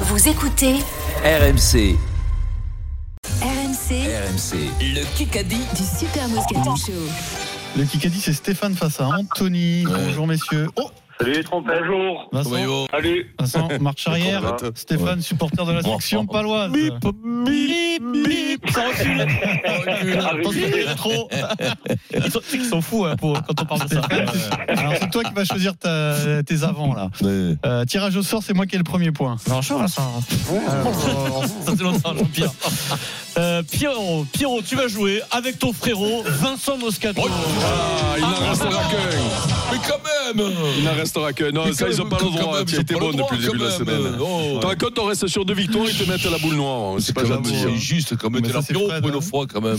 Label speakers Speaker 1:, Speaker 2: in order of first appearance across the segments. Speaker 1: Vous écoutez
Speaker 2: RMC,
Speaker 1: RMC
Speaker 2: RMC, le Kikadi.
Speaker 1: du Super Moscato Show.
Speaker 3: Le Kikadi, c'est Stéphane face à Anthony. Bonjour, messieurs. Oh
Speaker 4: Salut trompette. Bonjour.
Speaker 3: Vincent,
Speaker 4: Salut.
Speaker 3: Vincent, marche arrière.
Speaker 4: Comment ça
Speaker 3: Stéphane, supporter de la section paloise.
Speaker 5: bip, bip, ça recule.
Speaker 4: Ah,
Speaker 3: Attention, il est trop.
Speaker 5: Ils sont, ils sont fous hein, pour- quand on parle de ça.
Speaker 3: Alors, c'est toi qui vas choisir ta- tes avants, là. Euh, tirage au sort, c'est moi qui ai le premier point.
Speaker 5: Bonjour Vincent. Ça fait longtemps, Jean-Pierre. Euh, Pierrot, Pierrot, tu vas jouer avec ton frérot Vincent Moscato.
Speaker 3: Oh,
Speaker 6: Ah, il n'en
Speaker 5: Ah,
Speaker 6: restera
Speaker 5: ah,
Speaker 6: qu'un.
Speaker 7: Mais quand même
Speaker 6: Il n'en restera qu'un. Non,
Speaker 7: Mais
Speaker 6: Ah, ça,
Speaker 7: quand
Speaker 6: ils n'ont
Speaker 7: même,
Speaker 6: pas le
Speaker 7: quand
Speaker 6: droit.
Speaker 7: même,
Speaker 6: Tu
Speaker 7: ils ont
Speaker 6: étais
Speaker 7: pas le
Speaker 6: bon
Speaker 7: droit,
Speaker 6: depuis le début de la
Speaker 7: quand
Speaker 6: semaine.
Speaker 7: même. Oh.
Speaker 6: T'en compte, on reste sur deux victoires, ils te mettent à la boule noire. C'est pas
Speaker 7: Quand
Speaker 6: gentil.
Speaker 7: même,
Speaker 6: hein.
Speaker 7: C'est juste quand même.
Speaker 3: Mais
Speaker 7: T'es
Speaker 3: ça, c'est
Speaker 7: l'apéro
Speaker 3: Fred,
Speaker 7: pour
Speaker 3: hein.
Speaker 7: une fois quand même.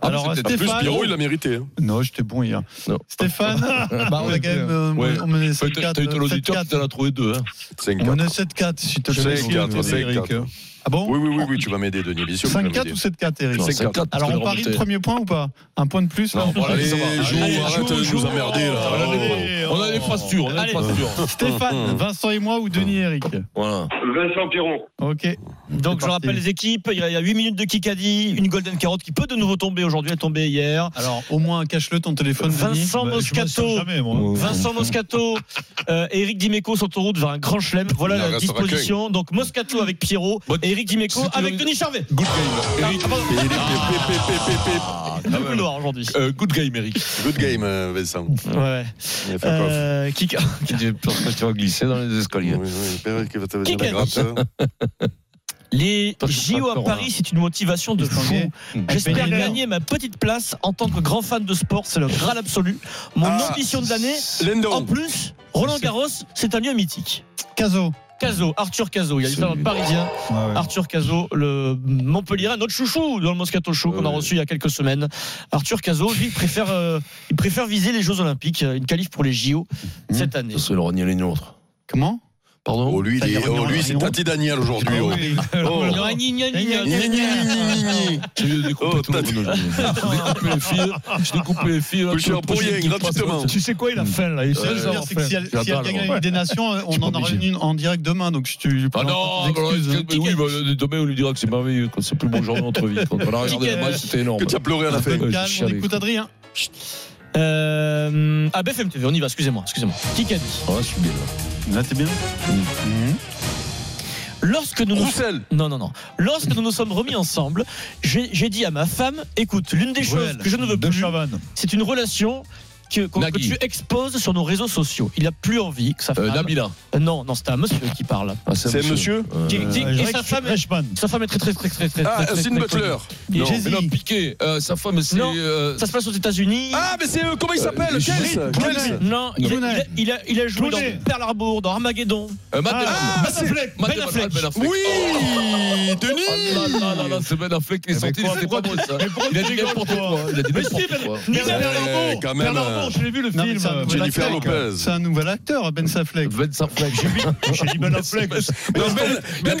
Speaker 7: Ah,
Speaker 3: Alors,
Speaker 7: c'est
Speaker 6: En
Speaker 7: peut-être
Speaker 6: plus,
Speaker 3: Stéphane-
Speaker 6: Pierrot, il l'a mérité. hein.
Speaker 3: Non, j'étais bon hier.
Speaker 7: Non.
Speaker 3: Stéphane, bah, on a quand même. euh,
Speaker 7: Ouais.
Speaker 3: On menait
Speaker 7: Peut-être
Speaker 3: 7-4.
Speaker 7: T'as eu ton auditeur qui t'en a
Speaker 3: 7-4.
Speaker 7: trouvé deux. hein.
Speaker 3: On
Speaker 6: 5-4.
Speaker 3: menait 7-4, si te plaît.
Speaker 6: 5-4,
Speaker 3: Eric.
Speaker 6: 5-4.
Speaker 3: Ah bon
Speaker 6: Oui, oui, oui, oui, tu vas m'aider, Denis. Bien sûr, que tu vas
Speaker 3: 5-4 ou
Speaker 6: m'aider.
Speaker 3: 7-4, Eric
Speaker 6: Non, 5-4.
Speaker 7: quatre,
Speaker 3: Alors,
Speaker 7: parce
Speaker 3: on
Speaker 7: que
Speaker 3: parie
Speaker 7: le
Speaker 3: le premier point ou pas Un point de plus là
Speaker 7: Non, voilà,
Speaker 6: Allez,
Speaker 7: ça va.
Speaker 6: joue,
Speaker 7: Allez,
Speaker 6: arrête de
Speaker 7: joue,
Speaker 6: nous
Speaker 7: joue.
Speaker 6: emmerder, là.
Speaker 7: Oh,
Speaker 3: Allez,
Speaker 7: On a des phrases sûres, on a
Speaker 5: Allez.
Speaker 7: des phrases sûres.
Speaker 3: Stéphane, Vincent et moi ou Denis et Eric
Speaker 7: Voilà.
Speaker 4: Vincent Piron.
Speaker 3: Ok.
Speaker 5: Donc
Speaker 3: C'est
Speaker 5: je
Speaker 3: parti.
Speaker 5: rappelle les équipes, il y a il y a 8 minutes de Kikadi, une Golden Carotte qui peut de nouveau tomber aujourd'hui, elle est tombée hier.
Speaker 3: Alors, au moins, cache-le ton téléphone.
Speaker 5: Vincent
Speaker 3: Denis. Bah,
Speaker 5: Moscato, Vincent Moscato, euh, et Eric Dimeco sont en route vers un grand chelem.
Speaker 6: Il en
Speaker 5: Voilà la
Speaker 6: restera
Speaker 5: disposition. Donc Moscato avec Pierrot
Speaker 7: Bon,
Speaker 5: et Eric Dimeco
Speaker 7: c'est
Speaker 5: avec
Speaker 7: une-
Speaker 5: Denis Charvet.
Speaker 7: Good game. Eric.
Speaker 5: Ah, pardon.
Speaker 6: Et il est- pip, pip, pip, pip, pip.
Speaker 7: Ah, quand
Speaker 5: Le plus
Speaker 7: même.
Speaker 5: noir aujourd'hui.
Speaker 7: Euh, Good game, Eric.
Speaker 6: Good game, euh, Vincent.
Speaker 7: Ah,
Speaker 5: Ouais, Ouais.
Speaker 6: Il a fait paf.
Speaker 5: Euh, Kika-
Speaker 7: Je pense que tu vas glisser dans les
Speaker 6: Oui,
Speaker 7: escaliers.
Speaker 6: oui, J'espère qu'il va te
Speaker 5: Qui
Speaker 6: venir la
Speaker 5: gagne
Speaker 6: grappe, hein. ça.
Speaker 5: Les
Speaker 7: Toi, tu seras
Speaker 5: JO à
Speaker 7: fort, hein.
Speaker 5: Paris, c'est une motivation de fou.
Speaker 3: Distingué.
Speaker 5: J'espère
Speaker 3: Bénédicte.
Speaker 5: gagner ma petite place en tant que grand fan de sport. C'est le graal absolu. Mon
Speaker 6: Ah.
Speaker 5: ambition de l'année.
Speaker 7: Oh.
Speaker 5: En
Speaker 6: Lindon.
Speaker 5: plus, Roland Garros, c'est un lieu mythique.
Speaker 3: Caso.
Speaker 5: Cazot, Arthur Cazot, il y a l'histoire
Speaker 7: Celui-
Speaker 5: parisien.
Speaker 3: Ah,
Speaker 5: Arthur Cazot, le Montpellier, notre chouchou dans le Moscato Show qu'on a
Speaker 7: Ouais.
Speaker 5: reçu il y a quelques semaines. Arthur Cazot, lui, il préfère, euh, il préfère viser les Jeux Olympiques, euh, une qualif pour les JO cette année.
Speaker 7: C'est le renier les nôtres.
Speaker 3: Comment Ah,
Speaker 7: Pardon
Speaker 6: Oh, lui, il
Speaker 3: Ça y est,
Speaker 6: est- oh,
Speaker 3: Renan,
Speaker 6: lui, c'est
Speaker 3: Renan.
Speaker 6: Tati Daniel aujourd'hui.
Speaker 7: Ah
Speaker 6: oh. Oh.
Speaker 5: Il y a un gna, gna, gna,
Speaker 6: Gna,
Speaker 5: gna,
Speaker 6: gna, gna, gna, gna.
Speaker 7: J'ai eu des coupes
Speaker 6: Oh,
Speaker 7: à tout le monde aujourd'hui. Je découpe les fils, je découpe les fils.
Speaker 6: Plus cher pour rien, gratuitement.
Speaker 5: Tu sais quoi, il a faim là. Il
Speaker 3: Ce que je veux dire, Euh, c'est que si elle, si elle
Speaker 7: J'adore,
Speaker 3: gagne la
Speaker 7: ouais.
Speaker 3: Ligue des Nations, on en aura une en direct demain, donc je te lui
Speaker 7: Ah
Speaker 3: présente
Speaker 7: non,
Speaker 3: tes
Speaker 7: mais alors,
Speaker 3: excuses. hein.
Speaker 7: est-ce que- mais oui, bah, demain on lui dira que c'est merveilleux, que c'est plus beau jour de notre vie. Quand on a regardé
Speaker 5: Ticket.
Speaker 7: le match, c'était énorme.
Speaker 6: Que tu as pleuré à la fin.
Speaker 7: Ouais,
Speaker 3: Calme,
Speaker 7: je
Speaker 3: on
Speaker 7: savais,
Speaker 3: écoute
Speaker 7: quoi.
Speaker 3: Adrien.
Speaker 5: Euh, ah, BFM TV, on y va, excusez-moi. excusez-moi. Qui qu'a dit
Speaker 7: Ah, je suis bien.
Speaker 3: Là, t'es bien
Speaker 5: Lorsque nous nous
Speaker 6: Roussel.
Speaker 5: Non, non, non. Lorsque nous nous sommes remis ensemble, j'ai j'ai dit à ma femme écoute, l'une des choses que je ne veux plus, c'est une relation que, qu'on- que
Speaker 7: Nagui.
Speaker 5: tu exposes sur nos réseaux sociaux. Il n'a plus envie que sa femme.
Speaker 7: Euh, Nabila.
Speaker 5: non, non, c'est un monsieur qui parle.
Speaker 7: Ah,
Speaker 6: C'est un monsieur
Speaker 7: Euh,
Speaker 5: Qui- qui- et sa femme,
Speaker 3: Reichmann.
Speaker 5: sa femme est très, très, très, très, très.
Speaker 6: Ah,
Speaker 5: très, très,
Speaker 6: Austin
Speaker 5: très
Speaker 6: Butler.
Speaker 5: connue.
Speaker 7: Non,
Speaker 5: Et Jay-Z.
Speaker 7: mais non, Piqué. Euh, sa femme, c'est.
Speaker 5: Non.
Speaker 7: euh,
Speaker 5: Ça se passe aux États-Unis.
Speaker 6: Ah, mais c'est eux, comment il s'appelle
Speaker 7: Euh,
Speaker 6: Kels
Speaker 7: Jay-
Speaker 6: Kels
Speaker 5: non, il a, il, a, il, a, il a joué
Speaker 3: Clooney.
Speaker 5: dans Pearl Harbor, dans Armageddon.
Speaker 7: euh, Matt Damon.
Speaker 6: Ah, c'est-
Speaker 7: Matt
Speaker 5: Ben
Speaker 7: Damon,
Speaker 5: Affleck.
Speaker 7: Ben Affleck.
Speaker 6: Oui
Speaker 7: Oh là
Speaker 6: Denis
Speaker 7: là là là, c'est Ben Affleck qui est
Speaker 3: Mais
Speaker 7: sorti,
Speaker 3: pourquoi-
Speaker 7: c'était pas bon ça.
Speaker 3: pourquoi
Speaker 7: Il a
Speaker 3: tu
Speaker 7: dit
Speaker 3: rigoles,
Speaker 7: n'importe
Speaker 3: toi
Speaker 7: quoi. Il a dit
Speaker 5: Ben
Speaker 7: n'importe quoi.
Speaker 6: Ouais, quand même. euh,
Speaker 3: je l'ai vu le
Speaker 5: film. euh,
Speaker 6: Jennifer Lopez.
Speaker 3: C'est un nouvel acteur, Ben Saflek.
Speaker 7: Ben Affleck.
Speaker 3: J'ai dit Ben Affleck.
Speaker 6: non, Ben, ben,
Speaker 7: Ben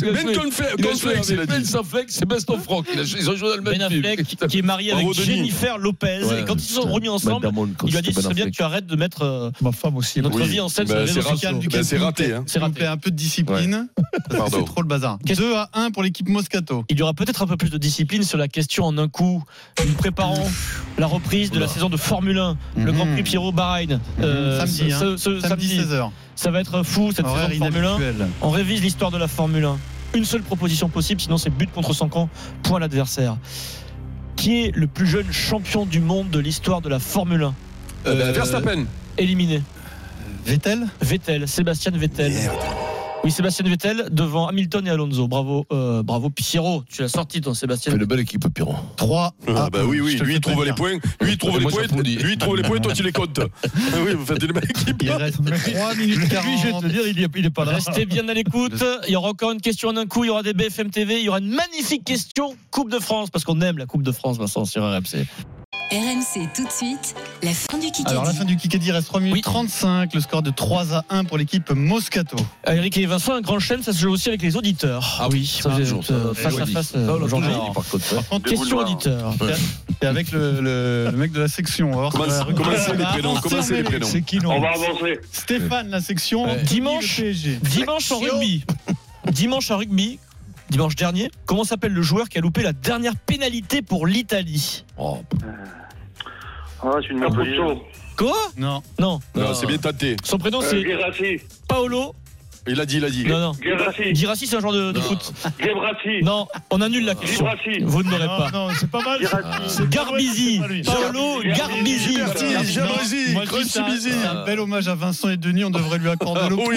Speaker 7: Cornflakes,
Speaker 6: Ben
Speaker 7: Ben
Speaker 6: Cornflakes,
Speaker 7: Il a joué
Speaker 6: Cornflakes, il a
Speaker 7: avec Ben
Speaker 6: dit.
Speaker 7: Affleck, c'est Best of Rock. Il a- Ils ont joué dans le
Speaker 5: Ben
Speaker 7: même film.
Speaker 5: Affleck, qui est marié
Speaker 6: Bravo,
Speaker 5: avec
Speaker 6: Denis.
Speaker 5: Jennifer Lopez.
Speaker 7: Ouais,
Speaker 5: et quand ils se sont
Speaker 7: putain.
Speaker 5: remis
Speaker 7: Matt
Speaker 5: ensemble,
Speaker 7: Damon, quand
Speaker 5: il lui a dit
Speaker 7: c'était
Speaker 5: ce serait
Speaker 7: Ben
Speaker 5: bien que
Speaker 7: Affleck.
Speaker 5: tu arrêtes de mettre euh,
Speaker 3: Ma femme aussi.
Speaker 5: notre
Speaker 6: Oui.
Speaker 5: vie en scène sur
Speaker 3: Bah,
Speaker 6: Ben,
Speaker 5: les
Speaker 6: c'est
Speaker 5: réseaux sociaux.
Speaker 6: raté,
Speaker 3: sociaux.
Speaker 6: Ben, c'est raté, hein.
Speaker 5: C'est
Speaker 3: S'il vous
Speaker 5: raté.
Speaker 3: plaît, un peu de discipline. Parce que
Speaker 6: Pardon.
Speaker 3: C'est trop le bazar.
Speaker 5: Qu'est-ce-
Speaker 3: 2 à 1 pour l'équipe Moscato.
Speaker 5: Il y aura peut-être un peu plus de discipline sur la question en un coup. Nous préparons la reprise de la
Speaker 7: Oula.
Speaker 5: saison de Formule 1, le
Speaker 3: Mhm.
Speaker 5: Grand Prix Pierrot Bahreïn. euh,
Speaker 3: Samedi, hein.
Speaker 5: ce- ce-
Speaker 3: Samedi
Speaker 5: samedi.
Speaker 3: 16h.
Speaker 5: Ça va être fou cette
Speaker 3: Horaire
Speaker 5: saison de Formule 1.
Speaker 3: inhabituel.
Speaker 5: On révise l'histoire de la Formule 1. Une seule proposition possible, sinon c'est but contre son camp, point à l'adversaire. Qui est le plus jeune champion du monde de l'histoire de la Formule 1
Speaker 6: Euh,
Speaker 5: Euh,
Speaker 6: Verstappen.
Speaker 5: Éliminé.
Speaker 3: Vettel
Speaker 5: Vettel, Sébastien Vettel. Oui, Sébastien Vettel devant Hamilton et Alonso. Bravo, euh, bravo Pierrot. Tu l'as sorti ton Sébastien.
Speaker 7: Fait de belle équipe, Piron.
Speaker 3: 3
Speaker 6: Ah bah oui, oui,
Speaker 3: Je te
Speaker 6: lui il
Speaker 3: fais
Speaker 6: trouve les
Speaker 3: prévenir.
Speaker 6: points, lui il trouve
Speaker 7: Et
Speaker 6: les
Speaker 7: moi, je
Speaker 6: points,
Speaker 7: t'applaudis.
Speaker 6: lui il trouve les points, toi tu les comptes. Ah oui, vous faites une belle équipe.
Speaker 3: Il reste 3 minutes 40.
Speaker 5: il n'est pas là. Restez bien à l'écoute. Il y aura encore une question en un coup. Il y aura des BFM TV. Il y aura une magnifique question Coupe de France parce qu'on aime la Coupe de France, Vincent, sur RMC.
Speaker 1: RMC tout de suite, la fin du Kikadi.
Speaker 3: Alors la fin du Kikadi reste 3 minutes
Speaker 5: Oui.
Speaker 3: 35. Le score de 3 à 1 pour l'équipe Moscato.
Speaker 5: Ah, Eric et Vincent, un grand chêne, ça se joue aussi avec les auditeurs.
Speaker 7: Ah oui, ça,
Speaker 5: vous êtes,
Speaker 7: toujours, ça.
Speaker 5: euh,
Speaker 7: Eh
Speaker 5: face
Speaker 7: oui.
Speaker 5: à face.
Speaker 7: Ah,
Speaker 5: euh,
Speaker 7: on l'a
Speaker 5: Jean-Pierre.
Speaker 7: toujours dit, par contre.
Speaker 3: Par contre,
Speaker 5: Question
Speaker 6: Déboulevard.
Speaker 5: auditeur.
Speaker 3: t'es avec le, le- le mec de la section. On va voir si
Speaker 6: Comment
Speaker 3: on va
Speaker 6: c'est- comment c'est les prénoms,
Speaker 3: avancer,
Speaker 6: comment c'est les
Speaker 3: mais
Speaker 6: prénoms
Speaker 3: C'est qui non
Speaker 4: On va avancer.
Speaker 3: Stéphane, la section.
Speaker 7: Ouais.
Speaker 3: Anthony,
Speaker 5: Dimanche.
Speaker 3: le PSG.
Speaker 5: Dimanche en rugby. dimanche à rugby, dimanche dernier, comment s'appelle le joueur qui a loupé la dernière pénalité pour l'Italie
Speaker 7: Oh,
Speaker 4: Ah, c'est une merveille.
Speaker 5: Quoi
Speaker 3: Non.
Speaker 5: Non.
Speaker 6: Non, c'est bien tenté.
Speaker 5: Son prénom
Speaker 4: Euh,
Speaker 5: c'est
Speaker 4: Guérassi,
Speaker 5: Paolo.
Speaker 6: Il a dit, il a dit.
Speaker 5: Non, non.
Speaker 4: Guérassi,
Speaker 5: Girassi, c'est un joueur de, de foot.
Speaker 4: Guérassi,
Speaker 5: Non, Ah. on annule la question.
Speaker 4: Guérassi,
Speaker 5: Vous ne l'aurez
Speaker 3: Non,
Speaker 5: pas.
Speaker 3: non, c'est pas mal.
Speaker 4: Guérassi.
Speaker 3: C'est
Speaker 5: Garbizi,
Speaker 3: pas vrai, c'est pas lui.
Speaker 5: Paolo Garbizi.
Speaker 4: Garbizi.
Speaker 6: Merci, jalousie,
Speaker 3: Moi, je dis, c'est un-
Speaker 6: crucibisie.
Speaker 3: c'est un bel hommage à Vincent et Denis, on devrait lui accorder
Speaker 6: Ah,
Speaker 3: le
Speaker 6: oui,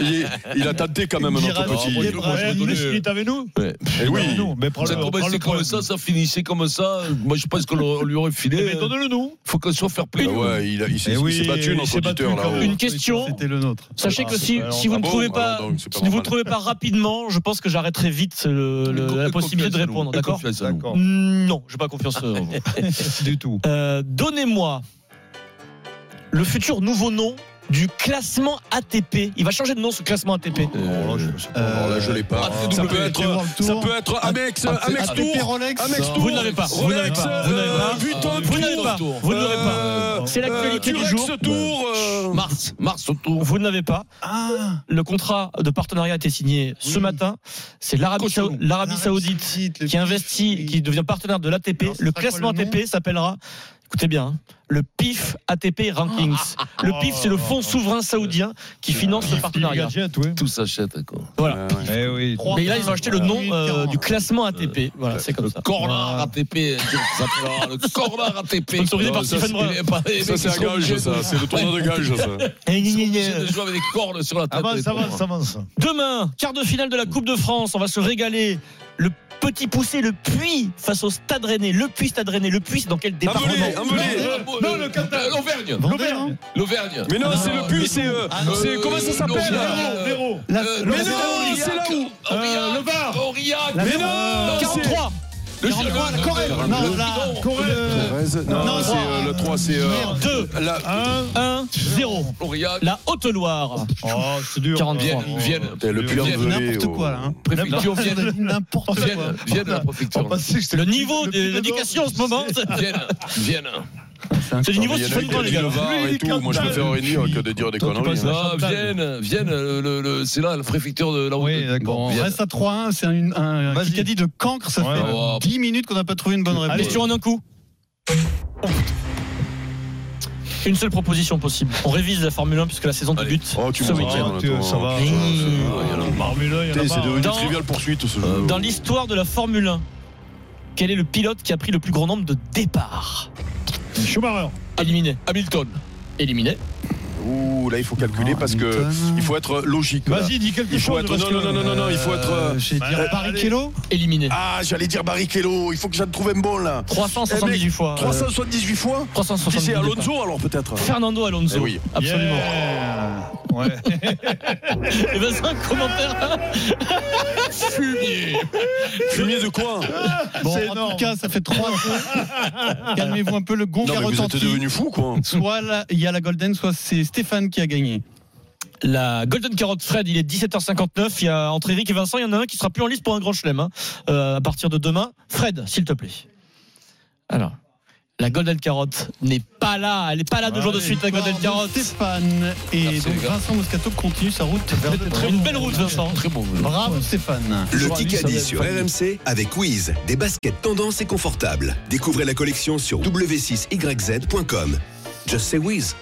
Speaker 6: il, est- il a tenté quand même notre
Speaker 3: Girassi,
Speaker 7: Oh,
Speaker 6: petit.
Speaker 7: Dieu, moi, je
Speaker 3: Gabriel,
Speaker 7: vais donner-
Speaker 3: Luis, t'avais nous
Speaker 7: ouais.
Speaker 6: Eh oui,
Speaker 3: Non, mais prends-le.
Speaker 7: Ça commençait
Speaker 3: prends-le
Speaker 7: comme ça, ça finissait comme ça. Moi, je pense qu'on le- on lui aurait
Speaker 3: Eh
Speaker 7: filé.
Speaker 3: ben,
Speaker 7: Il
Speaker 3: donne-le nous.
Speaker 7: faut qu'on soit fair play.
Speaker 6: Ah ouais, il, a- il s'est
Speaker 3: Eh
Speaker 6: il
Speaker 3: oui,
Speaker 6: s'est battu
Speaker 3: il
Speaker 6: notre
Speaker 3: s'est battu
Speaker 6: auditeur oh.
Speaker 3: quand
Speaker 6: là-haut.
Speaker 3: même.
Speaker 5: Une question.
Speaker 3: C'était le nôtre.
Speaker 5: Sachez
Speaker 3: Ah,
Speaker 5: que
Speaker 3: c'est
Speaker 5: si,
Speaker 3: pas-
Speaker 5: si vous
Speaker 6: Ah
Speaker 5: ne
Speaker 6: bon
Speaker 5: trouvez pas,
Speaker 6: Alors donc, c'est
Speaker 5: si
Speaker 6: pas
Speaker 5: vous ne
Speaker 6: normal.
Speaker 5: trouvez pas rapidement, je pense que j'arrêterai vite euh, le- la possibilité de répondre, d'accord
Speaker 3: D'accord.
Speaker 5: Mm, Non, j'ai pas confiance. euh, en vous.
Speaker 3: du tout.
Speaker 5: Euh, Donnez-moi le futur nouveau nom du classement ATP. Il va changer de nom ce classement ATP.
Speaker 6: Alors là, je l'ai pas.
Speaker 7: Euh,
Speaker 6: Ça
Speaker 3: ATP
Speaker 6: peut être,
Speaker 3: World Tour.
Speaker 6: ça peut être
Speaker 5: Ah,
Speaker 6: Amex, Amex Tour,
Speaker 3: ATP Rolex.
Speaker 6: Amex
Speaker 3: Non.
Speaker 6: Tour.
Speaker 5: Vous ne l'avez pas. Vous ne l'avez
Speaker 6: Rolex,
Speaker 5: pas. Vous ne l'avez
Speaker 6: euh,
Speaker 5: pas.
Speaker 6: Vuitton
Speaker 5: Vous ne l'avez
Speaker 6: Tour.
Speaker 5: pas. Vous ne l'avez pas.
Speaker 6: Euh,
Speaker 5: C'est l'actualité du
Speaker 6: Turex
Speaker 5: jour.
Speaker 6: Tour. euh,
Speaker 7: Mars, Mars autour.
Speaker 5: Vous ne l'avez pas.
Speaker 3: Ah,
Speaker 5: Le contrat de partenariat a été signé ce
Speaker 3: Oui.
Speaker 5: matin. C'est l'Arabie Sao-
Speaker 7: Cochonou.
Speaker 5: l'Arabie Saoudite
Speaker 3: le-
Speaker 5: qui investit,
Speaker 3: oui.
Speaker 5: qui devient partenaire de l'ATP.
Speaker 3: Alors, ce
Speaker 5: Le
Speaker 3: sera quoi
Speaker 5: classement
Speaker 3: le nom
Speaker 5: ATP s'appellera, écoutez bien, hein, le PIF ATP
Speaker 3: Ah,
Speaker 5: Rankings. Le PIF, c'est le fonds souverain saoudien
Speaker 3: Euh,
Speaker 5: qui finance le partenariat.
Speaker 3: Gadget, ouais.
Speaker 7: Tout s'achète, quoi.
Speaker 5: Voilà.
Speaker 8: Eh oui.
Speaker 5: Mais là, ils ont acheté le nom euh, du classement ATP. Voilà, c'est comme
Speaker 7: Le
Speaker 5: ça.
Speaker 7: Cornard ATP. euh, ça s'appellera Le Cornard ATP.
Speaker 5: Sponsorisé par
Speaker 7: Non, ça,
Speaker 5: Stephen Brun.
Speaker 7: c'est- pas- les
Speaker 6: Ça,
Speaker 7: mecs,
Speaker 6: c'est
Speaker 7: ils
Speaker 6: un
Speaker 7: sont
Speaker 6: gage,
Speaker 7: obligés
Speaker 6: ça.
Speaker 7: de-
Speaker 6: C'est le tournoi de gage, ça.
Speaker 5: Eh, gna, gna,
Speaker 7: Ils sont
Speaker 5: gna.
Speaker 7: obligés de jouer avec des cordes sur la tête.
Speaker 3: Avance,
Speaker 7: les
Speaker 3: avance,
Speaker 7: pauvres.
Speaker 3: avance.
Speaker 5: Demain, quart de finale de la Coupe de France, on va se régaler. Le petit poussé, le puits face au Stade Rennais. Le puits Stade Rennais, le puits c'est dans quel département
Speaker 6: Amelé, Amelé.
Speaker 7: Non, non, le Qatar. Euh, L'Auvergne.
Speaker 3: L'Auvergne.
Speaker 7: L'Auvergne.
Speaker 6: Mais non,
Speaker 7: Ah,
Speaker 6: c'est le
Speaker 7: non,
Speaker 6: puits, c'est. euh,
Speaker 7: non.
Speaker 6: c'est- Comment ça s'appelle
Speaker 7: Euh,
Speaker 3: Véro.
Speaker 7: euh,
Speaker 6: Mais non, c'est là où
Speaker 7: Aurillac,
Speaker 3: Euh, le Var.
Speaker 7: Aurillac.
Speaker 3: La-
Speaker 6: Mais
Speaker 3: Véro.
Speaker 6: non c'est-
Speaker 5: 43
Speaker 7: Le
Speaker 3: 43, la Corée.
Speaker 7: le-
Speaker 3: Non,
Speaker 7: le-
Speaker 3: la
Speaker 7: non.
Speaker 3: Corée.
Speaker 6: Thérèse, Non,
Speaker 3: Non,
Speaker 6: c'est
Speaker 3: trois.
Speaker 6: euh, le 3, c'est. euh,
Speaker 5: 2
Speaker 6: la-
Speaker 5: 1 0
Speaker 7: Aurillac.
Speaker 5: La Haute-Loire
Speaker 3: Oh, c'est dur.
Speaker 5: 43.
Speaker 7: Vienne, Vienne.
Speaker 6: Putain, Le puits
Speaker 7: Vienne,
Speaker 6: envolé.
Speaker 3: N'importe quoi, là. hein.
Speaker 7: Préfecture
Speaker 3: N'importe-
Speaker 7: Vienne.
Speaker 3: N'importe quoi.
Speaker 7: Vienne, Vienne, la préfecture.
Speaker 5: Le niveau de l'éducation en ce moment c'est-
Speaker 7: Vienne, Vienne.
Speaker 5: C'est du niveau
Speaker 6: Il y en a
Speaker 5: Stephen
Speaker 6: qui
Speaker 5: Brun
Speaker 6: a
Speaker 5: les
Speaker 6: dit
Speaker 5: gars
Speaker 6: le Var
Speaker 3: Lui, il
Speaker 6: et
Speaker 3: est
Speaker 6: tout. Moi, je
Speaker 3: capable.
Speaker 6: préfère réunir que de dire des
Speaker 3: Toi, tu
Speaker 6: conneries.
Speaker 3: passes
Speaker 6: hein.
Speaker 3: la
Speaker 7: Ah,
Speaker 3: Chantal.
Speaker 7: Vienne, Vienne, le- le- le- c'est là la préfecture de la haute.
Speaker 3: Oui, d'accord.
Speaker 7: Bon,
Speaker 3: On
Speaker 7: Vienne.
Speaker 3: reste à 3-1. C'est un, un, un
Speaker 8: Vas-y.
Speaker 3: Kikadi de cancre. Ça
Speaker 8: Ouais.
Speaker 3: fait
Speaker 7: Oh.
Speaker 3: 10 minutes qu'on n'a pas trouvé une bonne réponse.
Speaker 5: Allez, sur en un coup. Une seule proposition possible. On révise la Formule 1 puisque la saison
Speaker 7: Allez.
Speaker 5: débute
Speaker 6: Oh, tu
Speaker 5: ce
Speaker 6: me
Speaker 5: week-end.
Speaker 6: regardes,
Speaker 8: tu-
Speaker 3: Mmh.
Speaker 6: toi.
Speaker 8: ça va.
Speaker 6: Ouais, c'est- ouais, il y en a-
Speaker 3: Marmula, il y en a
Speaker 6: Putain, C'est
Speaker 3: pas, hein.
Speaker 6: devenu
Speaker 5: Dans-
Speaker 6: trivial poursuite ce
Speaker 7: Euh,
Speaker 6: jeu.
Speaker 5: Dans l'histoire de la Formule 1, quel est le pilote qui a pris le plus grand nombre de départs
Speaker 3: Schumacher.
Speaker 5: Éliminé.
Speaker 7: Hamilton.
Speaker 5: Éliminé.
Speaker 6: Ouh, là, il faut calculer parce que il faut être logique. là.
Speaker 3: Vas-y, dis quelque
Speaker 6: Il faut
Speaker 3: chose.
Speaker 6: être-
Speaker 3: parce
Speaker 6: non,
Speaker 3: que-
Speaker 6: non, non, non, non, il faut être, euh,
Speaker 3: Je vais
Speaker 8: bah,
Speaker 3: dire
Speaker 8: allez.
Speaker 3: Barrichello.
Speaker 5: Éliminé.
Speaker 6: Ah, j'allais dire Barrichello. Il faut que j'en trouve un bon, là. Eh,
Speaker 5: 378 fois. euh,
Speaker 6: 378 fois Qui
Speaker 5: 378
Speaker 6: c'est
Speaker 5: départs.
Speaker 6: Alonso, alors, peut-être
Speaker 5: Fernando Alonso.
Speaker 6: Eh oui.
Speaker 5: Absolument.
Speaker 3: Yeah.
Speaker 8: Ouais.
Speaker 5: Et ben c'est un commentaire.
Speaker 7: Fumier.
Speaker 6: Fumier de quoi
Speaker 3: Bon,
Speaker 8: C'est
Speaker 3: en
Speaker 8: énorme.
Speaker 3: tout cas, ça fait 3
Speaker 6: Ah,
Speaker 3: Calmez-vous un peu, le gong a
Speaker 6: Non, mais vous êtes
Speaker 3: retenti.
Speaker 6: devenu fou, quoi.
Speaker 3: Soit la- il y a la Golden, soit c'est Stéphane qui a gagné.
Speaker 5: La Golden Carotte Fred, il est 17h59. Il y a entre Eric et Vincent, il y en a un qui sera plus en liste pour un grand chelem hein, euh, à partir de demain. Fred, s'il te plaît. Alors. La Golden Carotte n'est pas là, elle n'est pas là deux jours de suite, la Golden
Speaker 3: Victoire de
Speaker 5: Carotte.
Speaker 3: Stéphane. Et
Speaker 7: Merci,
Speaker 3: donc
Speaker 7: les gars.
Speaker 3: Vincent Moscato continue sa route vers le très
Speaker 5: Une belle route, Vincent.
Speaker 7: Très bon.
Speaker 3: Bravo Stéphane.
Speaker 9: Le Kikadi sur RMC avec Wiz, des baskets tendance et confortables. Découvrez la collection sur w6yz.com. Just say Wiz.